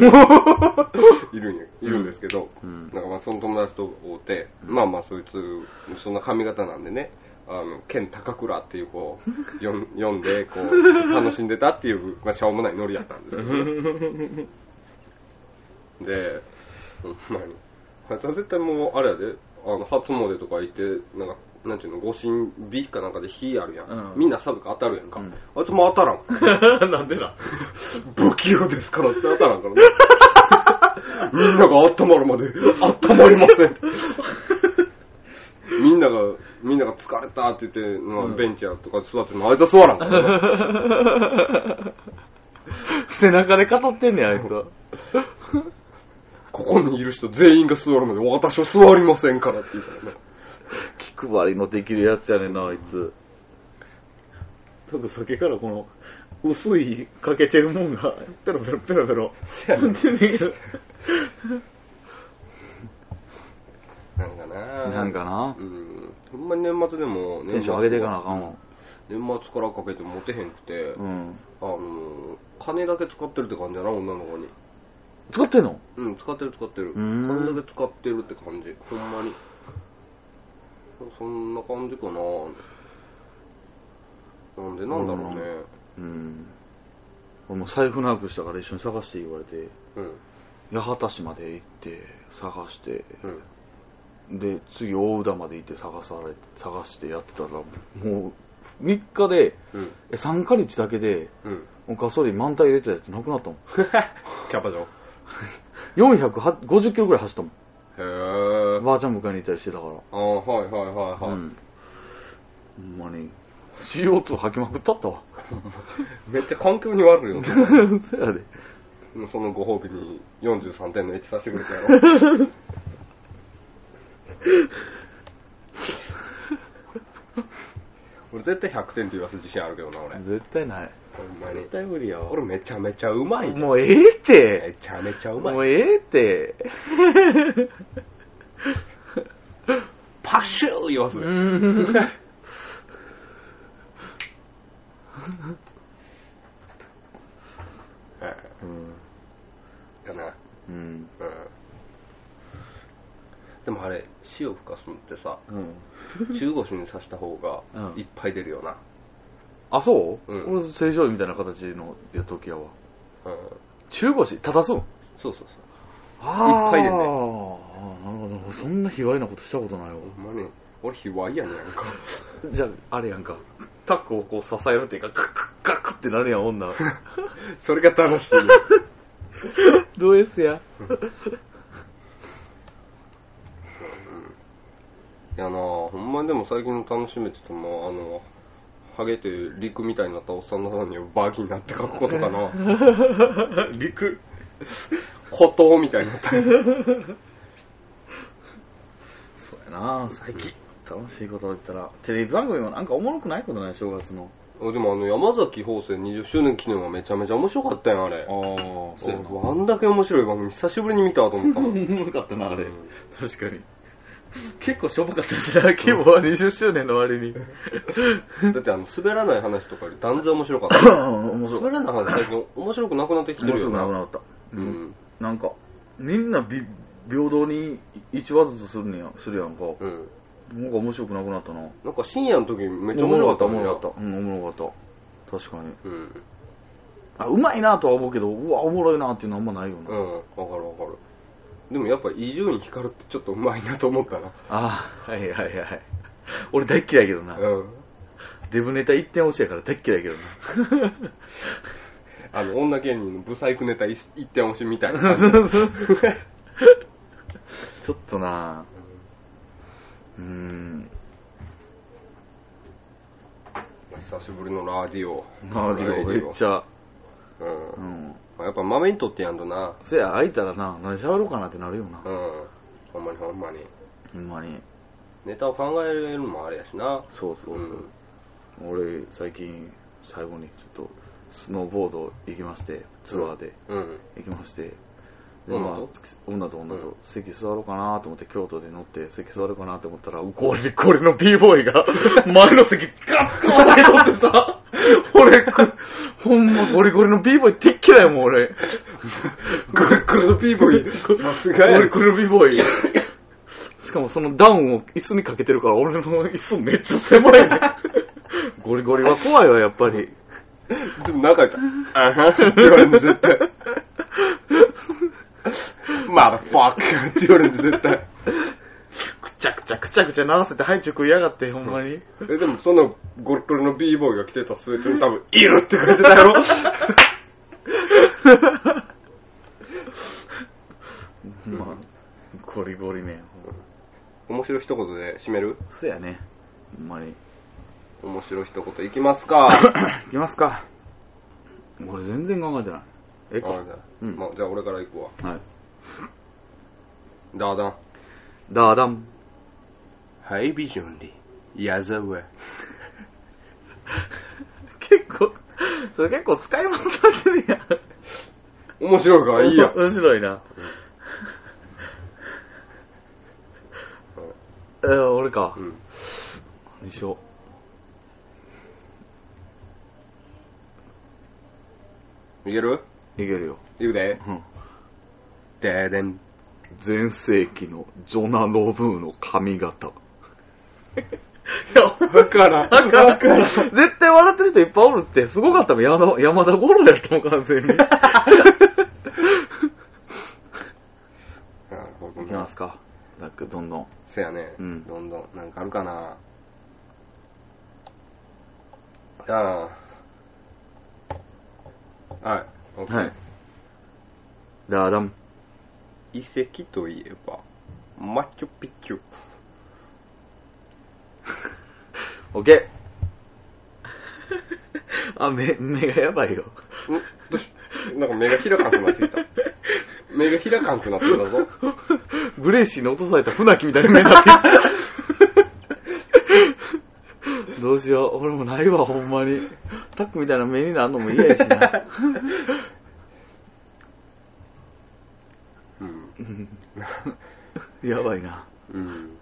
Speaker 1: い
Speaker 2: <laughs>
Speaker 1: るんや、いるんですけど、
Speaker 2: うん
Speaker 1: なんかまあその友達と会うて、まあまあそいつ、そんな髪型なんでね、あの、剣高倉っていう子をよん読んで、こ
Speaker 2: <laughs>
Speaker 1: う、楽しんでたっていう、まあしょうもないノリやったんですけど、で、ほんまに。あいつは絶対もう、あれやで、あの、初詣とか行って、なんか、なんていうの、御神火かなんかで火あるやん。
Speaker 2: うん
Speaker 1: みんなサブか当たるやんか。
Speaker 2: うん
Speaker 1: あいつも当たらん。
Speaker 2: <laughs> なんで <laughs> だ
Speaker 1: 不器用ですからって当たらんからね。
Speaker 2: <laughs>
Speaker 1: みんなが温まるまで、温まりませんって。みんなが、みんなが疲れたって言って、まあ、ベンチやとか座っても、あいつは座らん
Speaker 2: <laughs>
Speaker 1: からな。
Speaker 2: 背中で語ってんねん、あいつは。
Speaker 1: ここにいる人全員が座るまで、私は座りませんからって言うからね。
Speaker 2: 気配りのできるやつやねんな、あいつ。多分酒からこの、薄いかけてるもんが、ペロペロペロペロ。
Speaker 1: せやねんなんかな
Speaker 2: なんかな
Speaker 1: うん。ほんまに年末でも、
Speaker 2: テンション上げていかなあかんわ。
Speaker 1: 年末からかけてモテへんくて、
Speaker 2: う
Speaker 1: あ
Speaker 2: ん。
Speaker 1: の、金だけ使ってるって感じやな、女の子に。
Speaker 2: 使ってんの
Speaker 1: うん、使ってる使ってる。
Speaker 2: うーん
Speaker 1: これだけ使ってるって感じ。ほんまに。そんな感じかななんでなんだろうね。
Speaker 2: うん。俺も財布なくしたから一緒に探して言われて、
Speaker 1: うん、
Speaker 2: 八幡市まで行って、探して、
Speaker 1: うん。
Speaker 2: で、次大宇田まで行って探されて、探してやってたら、もう、3日で、
Speaker 1: うん、
Speaker 2: え、3カ日だけで、 <laughs>
Speaker 1: うん。
Speaker 2: もうガソリン満タン入れてたやつなくなったもん。
Speaker 1: キャパ嬢。
Speaker 2: 450キロぐらい走ったもん。
Speaker 1: へぇー。
Speaker 2: ばあちゃん迎えに行ったりしてたから。
Speaker 1: あー、はいはいはいはい。
Speaker 2: うん。ほんまに。CO2 吐きまくったった <laughs> わ。
Speaker 1: めっちゃ環境に悪いよ。
Speaker 2: そやで。
Speaker 1: <laughs> そのご褒美に43点の1させてくれたやろ。俺絶対100点って言わす自信あるけどな、俺。
Speaker 2: 絶対ない。
Speaker 1: ほんまに。
Speaker 2: 対無理や
Speaker 1: 俺めちゃめちゃうまい。
Speaker 2: もうええって。
Speaker 1: めちゃめちゃうまい
Speaker 2: も。うええって。
Speaker 1: パシュー言わす
Speaker 2: う
Speaker 1: ね
Speaker 2: ん。
Speaker 1: ええかな。
Speaker 2: う
Speaker 1: う
Speaker 2: ん。
Speaker 1: ん。でもあれ、塩吹かすのって
Speaker 2: <laughs>
Speaker 1: さ、
Speaker 2: うん。
Speaker 1: 中腰に刺した方が
Speaker 2: うん
Speaker 1: いっぱい出るよな。
Speaker 2: あ、そう、
Speaker 1: うん
Speaker 2: 俺、正常位みたいな形のやっときやわ。
Speaker 1: うん。
Speaker 2: 中腰正すの
Speaker 1: そうそうそう。
Speaker 2: あ
Speaker 1: いっぱいでね
Speaker 2: あーなるほどなるほど。そんな卑猥なことしたことないわ。
Speaker 1: ほんまに。俺、卑猥やねんやんか。 <laughs>
Speaker 2: じゃあ、あれやんか。タックをこう支えるっていうか、カクッカクってなるやん、 <laughs> 女。
Speaker 1: それが楽しい。
Speaker 2: <laughs> ド S や。
Speaker 1: いやなあほんまにでも最近の楽しみって言っても、あの、ハゲて陸みたいになったおっさんの中にはバギーになって書くことか
Speaker 2: <laughs>
Speaker 1: な。陸孤島みたいになった。
Speaker 2: そうやな最近。楽しいこと言ったら、テレビ番組もなんかおもろくないことない、正月の。
Speaker 1: あでもあの、山崎邦生20周年記念はめちゃめちゃ面白かったやん、あれ。
Speaker 2: ああ、
Speaker 1: そうやなあんだけ面白い番組久しぶりに見たわと思った
Speaker 2: お
Speaker 1: もん。
Speaker 2: もろかったな、あれ
Speaker 1: うん。
Speaker 2: 確かに。結構しょぼかったしな、規模は20周年の割 <coughs> に。
Speaker 1: だってあの、滑らない話とかより断然面白かっ <laughs> た。
Speaker 2: 面白
Speaker 1: 滑ら
Speaker 2: い。
Speaker 1: ない話最近面白くなくなってきて
Speaker 2: 面
Speaker 1: る
Speaker 2: 白
Speaker 1: よ
Speaker 2: くなく
Speaker 1: な。
Speaker 2: なった。
Speaker 1: う。ん。
Speaker 2: なんか、みんなび平等に1話ずつするねや、するやんか。
Speaker 1: うん。
Speaker 2: なんか面白くなくなったな。
Speaker 1: なんか深夜の時めっちゃ面白かった
Speaker 2: おもろ
Speaker 1: った
Speaker 2: かった、おもろかった。うん、おもろかった。確かに。
Speaker 1: もんな。うん。
Speaker 2: あ、うまいなとは思うけど、うわ、おもろいなっていうのはあんまないよ
Speaker 1: う
Speaker 2: な。
Speaker 1: ん、わかるわかる。でもやっぱ伊集院光ってちょっと上手いなと思ったな。
Speaker 2: ああ、はいはいはい。俺大っ嫌いやけどな。
Speaker 1: うん。
Speaker 2: デブネタ一点押しやから大っ嫌いやけどな。 <laughs>
Speaker 1: あの、女芸人のブサイクネタ一一点押しみたいな <laughs> 感じ。
Speaker 2: ちょっとなうーん。
Speaker 1: 久しぶりのラジオ。
Speaker 2: まあ、でもめっちゃ、
Speaker 1: うん
Speaker 2: う。ん。
Speaker 1: まあやっぱ豆にとってやんとな。
Speaker 2: せや、開いたらな、何喋ろうかなってなるよな
Speaker 1: う。ん。ほんまにほんまに。
Speaker 2: ほんまに。
Speaker 1: ネタを考えるのもあれやしな。
Speaker 2: そうそう
Speaker 1: う
Speaker 2: そう。
Speaker 1: ん。
Speaker 2: 俺、最近、最後にちょっと、スノーボード行きまして、ツアーで
Speaker 1: <laughs> うん。
Speaker 2: 行きまして、で、
Speaker 1: 女
Speaker 2: まあ
Speaker 1: と、
Speaker 2: 女と女
Speaker 1: うん
Speaker 2: と席座ろうかなと思って、京都で乗って席座ろうかなと思ったら、これ、これの b ボー
Speaker 1: <laughs>
Speaker 2: イが、前の席ガッと押さえとってさ、俺、くほんま、ゴリゴリの b ボーイってっきらやもん、俺。ゴリゴリの b ボーイ。
Speaker 1: さすがや
Speaker 2: ゴリゴリの b ボーイ。しかもそのダウンを椅子にかけてるから、俺の椅子めっちゃ狭
Speaker 1: <laughs>
Speaker 2: いね。ゴリゴリは怖いわ、やっぱり。
Speaker 1: でもなんか言ったら、あは
Speaker 2: <laughs>
Speaker 1: んって言われるんで絶対。マダファッカーって言われるんで絶 <laughs> 対。
Speaker 2: くちゃくちゃくちゃくちゃ鳴らせてハイチュウ食いやがって、ほんまに。
Speaker 1: え、でもそのゴリゴリの b ボーイが着てたスウェットに多分、いるって書いてたやろ。
Speaker 2: まあ、ゴリゴリね。
Speaker 1: <laughs> 面白い一言で締める
Speaker 2: そうやね。ほんまに。
Speaker 1: 面白い一言いきます
Speaker 2: <coughs>
Speaker 1: か。
Speaker 2: いきますか。俺全然考えてない。え
Speaker 1: あ
Speaker 2: か。うん
Speaker 1: まあじゃあ俺から行くわ。
Speaker 2: はい。
Speaker 1: ダーダン。
Speaker 2: ダーダン。
Speaker 1: ハイビジョンで、矢沢。
Speaker 2: 結構、それ結構使い回されてるやん。
Speaker 1: 面白いからいい <laughs> や。
Speaker 2: 面白いな。 <laughs> えー、俺か
Speaker 1: う。ん。
Speaker 2: 何しよ
Speaker 1: いける
Speaker 2: う。いけるよ。
Speaker 1: いくで。
Speaker 2: うん。
Speaker 1: ででん。
Speaker 2: 前世紀のジョナ・ロブーの髪型。 <laughs> いや、
Speaker 1: だから
Speaker 2: だから絶対笑ってる人いっぱいおるって、すごかったもん、山田山田五郎やったもん、完全 <laughs> に。
Speaker 1: なるほど
Speaker 2: いきま
Speaker 1: な
Speaker 2: す。か。なんかどんどん。
Speaker 1: せやね。
Speaker 2: うん
Speaker 1: どんどん、なんかあるかな。じゃあ、はい。オッケー
Speaker 2: はい。ダーダン。
Speaker 1: 遺跡といえば、マチュピチュ。
Speaker 2: <laughs> オッケー。あ、目、目がやばいよ。
Speaker 1: んどうしなんか目が開かんくなって
Speaker 2: <laughs>
Speaker 1: きた。目が開かんくなってきたぞ。
Speaker 2: グレーシーに落とされた船木みたいな目になってるどうしよう。俺もないわ、ほんまに。タックみたいな目になるのも嫌やし <laughs> な。
Speaker 1: うん。
Speaker 2: やばいな。
Speaker 1: うん。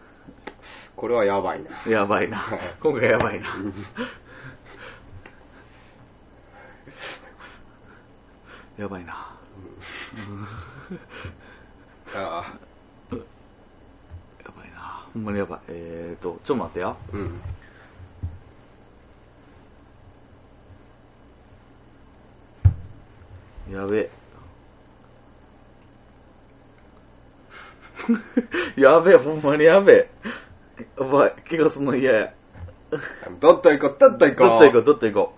Speaker 1: これはやばいな。
Speaker 2: やばいな。今回やばいな。やばいな。
Speaker 1: ああ。
Speaker 2: やばいな。ほんまにやばい。えーと、ちょっと待ってや。
Speaker 1: うん。
Speaker 2: やべえ。 <laughs> やべえ、ほんまにやべえ。やばい、怪我すんの嫌や。
Speaker 1: <laughs> どっと行こう、どっと行こ
Speaker 2: ど
Speaker 1: う。
Speaker 2: っと行こう、どっと行こ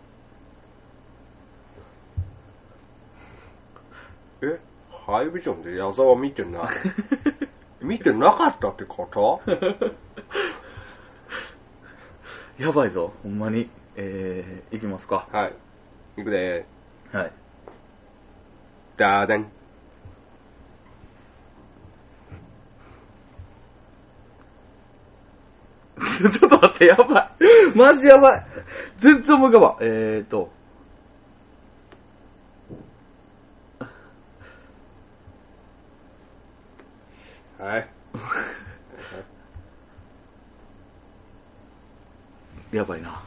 Speaker 1: えハイビジョンで矢沢見てない
Speaker 2: <laughs>
Speaker 1: 見てなかったってこと
Speaker 2: う。 <laughs> やばいぞ、ほんまに。えー、行きますか。
Speaker 1: はい。いくで
Speaker 2: はい。
Speaker 1: ー。ダーダン。
Speaker 2: <laughs> ちょっと待って、やばい。マジやばい。全然思い浮かばん。えーと。
Speaker 1: はい。
Speaker 2: やばいな。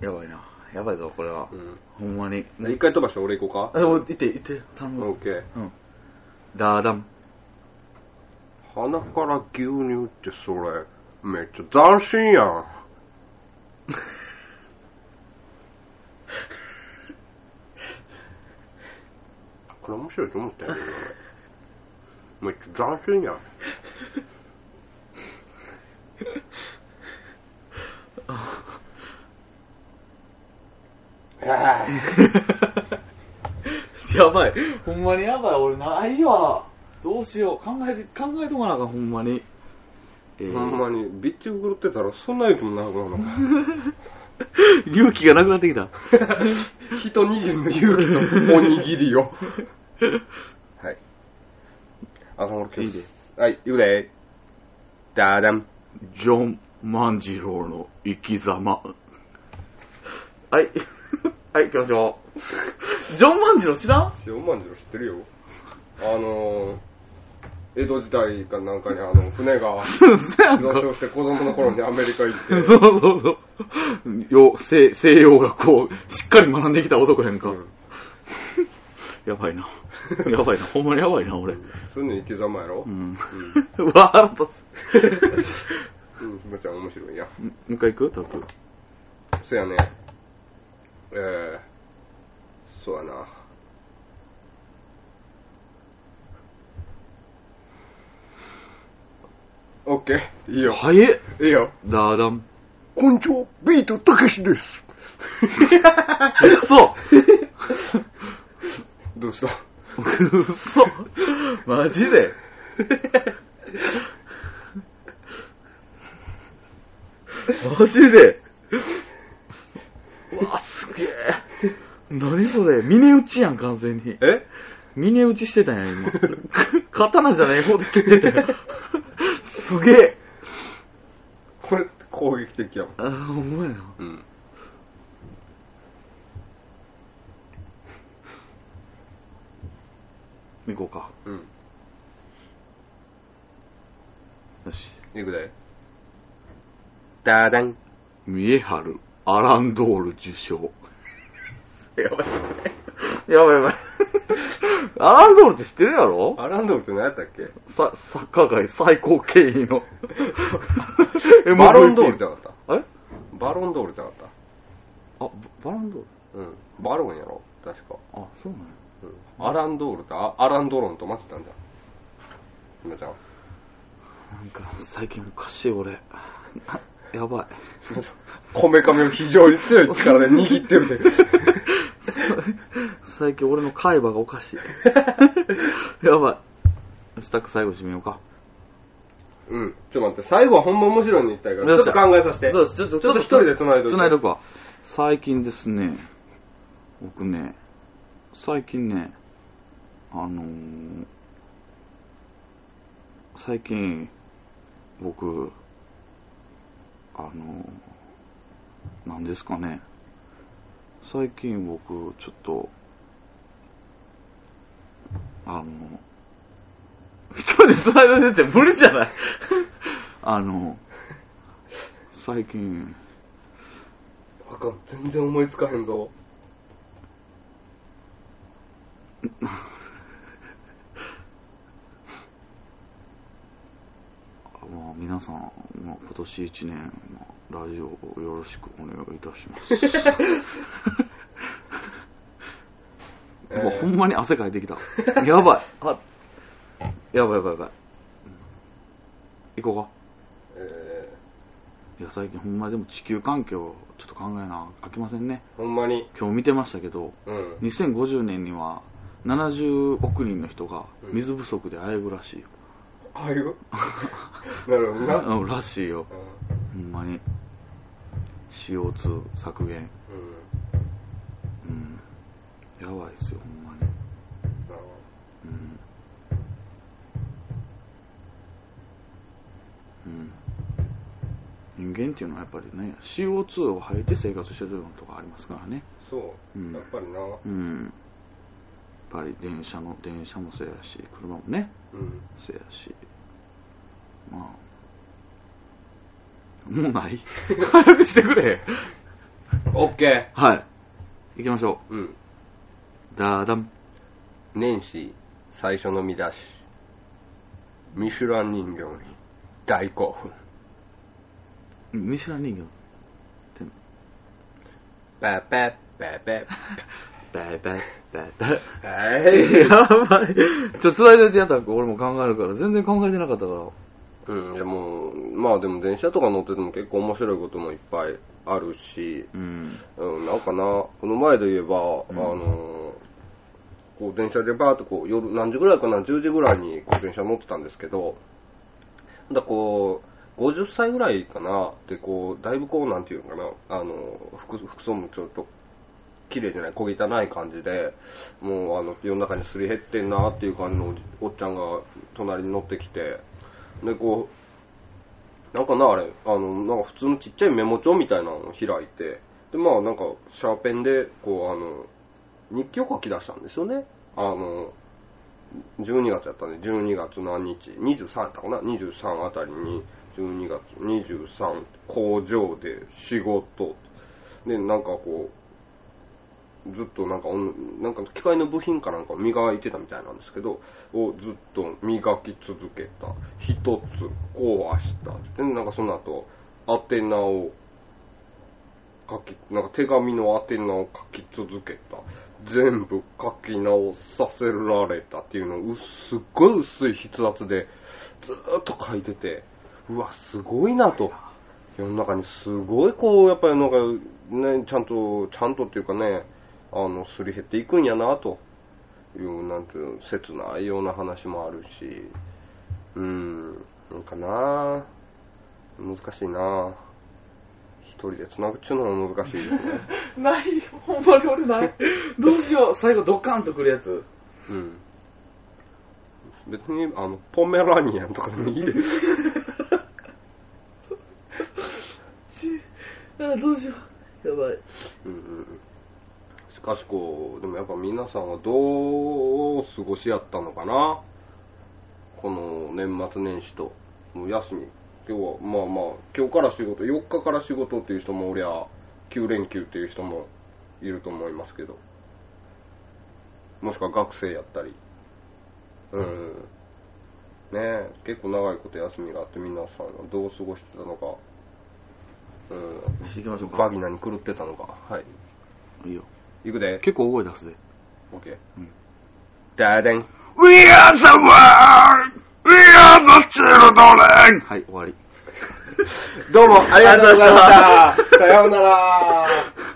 Speaker 2: やばいな。やばいぞ、これは。
Speaker 1: う
Speaker 2: ほんまに。
Speaker 1: ん。一回飛ばして俺行こう
Speaker 2: あ、
Speaker 1: か。
Speaker 2: でも、いって、いって、
Speaker 1: オ
Speaker 2: 頼む。
Speaker 1: ッケー。
Speaker 2: うん。ダーダン。 <laughs>
Speaker 1: 鼻から牛乳ってそれ、めっちゃ斬新やん。 <laughs> これ面白いと思ったよね、俺。めっちゃ斬新やん。ああ。
Speaker 2: やばい。ほんまにやばい。俺ないわ。どうしよう。考えて、考えとかなあかん、ほんまに。えー
Speaker 1: ほんまに、ビッチ狂ってたらそんなにでもなくなるのか。
Speaker 2: 勇気がなくなってきた。
Speaker 1: <laughs> 一握りの勇気とおにぎ <laughs> りを。はい。朝森
Speaker 2: い
Speaker 1: 教
Speaker 2: いで
Speaker 1: 室。はい、行くで。ダダン。
Speaker 2: ジョン万次郎の生き様。はい。 <laughs> はい、行きましょう。 <laughs> ジョン万次郎知らん
Speaker 1: 塩まんじろう知ってるよ。あのー、江戸時代かなんかにあの、船が
Speaker 2: そうやん
Speaker 1: 上
Speaker 2: か。
Speaker 1: 昇して子供の頃にアメリカ行 <laughs> って、
Speaker 2: そうそうそう。よ西西洋がこう、しっかり学んできた男やんか。
Speaker 1: うん
Speaker 2: やばいな。や <laughs> ばいな。ほんまにやばいな、俺。
Speaker 1: そういうの生き様やろ
Speaker 2: う。ん。 <laughs>
Speaker 1: うん。
Speaker 2: うわ腹立つ。
Speaker 1: うん、ひまちゃん面白いやん。
Speaker 2: もう一回行くタトゥー。
Speaker 1: そやね。えー、そうやな。オッケーいいよ。
Speaker 2: 早え。
Speaker 1: いいよ。
Speaker 2: ダーダン。
Speaker 1: こんにちは、ビートたけし <laughs> です。
Speaker 2: 嘘
Speaker 1: どうした
Speaker 2: 嘘マジでマジでうわ、すげえ。何それ峰打ちやん、完全に。
Speaker 1: え
Speaker 2: 峰打ちしてたんや、今。刀じゃない方で切ってたよ。すげえ。
Speaker 1: これ攻撃的やもん。
Speaker 2: あ、ほんまやな。
Speaker 1: うん。
Speaker 2: 行こうか。
Speaker 1: うん。
Speaker 2: よし。
Speaker 1: いくで。ダダン。
Speaker 2: 三重春、アランドール受賞。やばい。やばいやばい。 <laughs> アランドールって知ってるやろ
Speaker 1: アランドルって何やったっけ
Speaker 2: さ、サッカー界最高権威 <laughs> の。
Speaker 1: バロンドールじ
Speaker 2: じゃ
Speaker 1: ゃなかっ
Speaker 2: あれ
Speaker 1: た。バロンドールじゃなかっ
Speaker 2: あ、ババランドール
Speaker 1: た。うん。バロンやろ確か。
Speaker 2: あ、そうなんや。
Speaker 1: うん。アランドールってアアランドロンと間違ったんじゃん。今ちゃん。
Speaker 2: なんか、最近おかしい俺。あやばい。
Speaker 1: こめかみを非常に強い力で握ってる
Speaker 2: <laughs>
Speaker 1: で。
Speaker 2: 最近俺の海馬がおかしい。 <laughs> やばい。支度最後締めようか。
Speaker 1: うん。ちょっと待って、最後はほんま面白いの言ったいから、
Speaker 2: よっ
Speaker 1: ちょっ
Speaker 2: しゃ
Speaker 1: と考えさせて。
Speaker 2: そうですちょっと
Speaker 1: ちょっと一人で繋いどいて
Speaker 2: つないどくわ。最近ですね、僕ね、最近ね、あのー、最近、僕、あのー、なんですかね、最近僕、ちょっと、あのー、一人でスライド出て無理じゃない <laughs> あのー、最近、
Speaker 1: あかん、全然思いつかへんぞ。
Speaker 2: まあ、皆さん、まあ、今年一年、まあ、ラジオをよろしくお願いいたします。
Speaker 1: え
Speaker 2: <laughs> もうほ
Speaker 1: ー
Speaker 2: んまに汗かいてきた。やばい。あやばいやばいやばい。うん行こ
Speaker 1: え
Speaker 2: うか。いや、最近ほんまでも地球環境、ちょっと考えな、飽きませんね。
Speaker 1: ーほんまに。
Speaker 2: 今日見てましたけど、
Speaker 1: うん。
Speaker 2: 2050年には70億人の人が水不足であえぐらしいよ。
Speaker 1: ああいう <laughs> なるほ
Speaker 2: <laughs>
Speaker 1: どな。
Speaker 2: うんらしいよ。ほんまに。CO2 削減。
Speaker 1: うん。うん
Speaker 2: うん。やばいっすよ、ほんまに。
Speaker 1: なるほど
Speaker 2: うん。うん。人間っていうのはやっぱりね、CO2 を吐いて生活してるのとかありますからね。
Speaker 1: そうう。
Speaker 2: ん
Speaker 1: やっぱりな。
Speaker 2: うん。やっぱり電車の、電車もそうやし、車もね、
Speaker 1: うん。
Speaker 2: そうやし。まあ。もう <laughs> ない早くしてくれ
Speaker 1: オッケ
Speaker 2: はい。行きましょ
Speaker 1: ー。うん。
Speaker 2: う。ダーダン。
Speaker 1: 年始最初の見出し。ミシュラン人形に大興奮。
Speaker 2: ミシュラン人形。
Speaker 1: ペッペッペッペ
Speaker 2: バイバイ、バイバイ。
Speaker 1: ッ。はい。
Speaker 2: やばい。ちょ、辛いだけやったら俺も考えるから、全然考えてなかったから。
Speaker 1: うん、でも、まあでも電車とか乗ってても結構面白いこともいっぱいあるし、
Speaker 2: うん。
Speaker 1: うん、なんかな、この前で言えば、
Speaker 2: うん
Speaker 1: あのー、こう電車でバーっとこう夜何時ぐらいかな、10時ぐらいにこう電車乗ってたんですけど、なんかこう、 50歳ぐらいかなってこうだいぶこうなんていうのかなあの服服装もちょっと綺麗じゃない小汚い感じでもうあの世の中にすり減ってんなっていう感じのおじおっちゃんが隣に乗ってきてでこうなんかなあれあのなんか普通のちっちゃいメモ帳みたいなのを開いてでまあなんかシャーペンでこうあの日記を書き出したんですよねあの12月やったんで、12月何日 ?23 やったかな ?23 あたりに、12月23、工場で仕事。で、なんかこう、ずっとなんかおん、なんか機械の部品かなんかを磨いてたみたいなんですけど、をずっと磨き続けた。一つ壊した。で、なんかその後、宛名を書き、なんか手紙の宛名を書き続けた。全部書き直させられたっていうのを、うすっごい薄い筆圧でずーっと書いてて、うわ、すごいなと。世の中にすごいこう、やっぱりなんか、ね、ちゃんと、ちゃんとっていうかね、あの、すり減っていくんやなという、なんていうの、切ないような話もあるし、うん、なんかな難しいな一人で繋ぐっちゅうのも難しいですね。
Speaker 2: ないよ、ほんまに俺ない。どうしよう、最後ドカンとくるやつ。
Speaker 1: うん。別に、あの、ポメラニアンとかでもいいです。
Speaker 2: ちあどうしよう。やばい。
Speaker 1: うんうんうん。しかしこう、でもやっぱ皆さんはどう過ごしやったのかなこの年末年始と。もう休み。今日は、まあまあ、今日から仕事、4日から仕事っていう人もおりゃ、9連休っていう人もいると思いますけど。もしくは学生やったり。うん。ねえ、結構長いこと休みがあって皆さんはどう過ごしてたのか。うん。
Speaker 2: していきましょうか。
Speaker 1: バギナに狂ってたのか。はい。
Speaker 2: いいよ。
Speaker 1: 行くで。
Speaker 2: 結構大声出すで。
Speaker 1: OK。
Speaker 2: うん
Speaker 1: ダーデン。
Speaker 2: We are the world! We are the children! <laughs> はい、終わり。
Speaker 1: どうもありがとうございました。
Speaker 2: ありがとう
Speaker 1: さ
Speaker 2: ございました
Speaker 1: ようなら。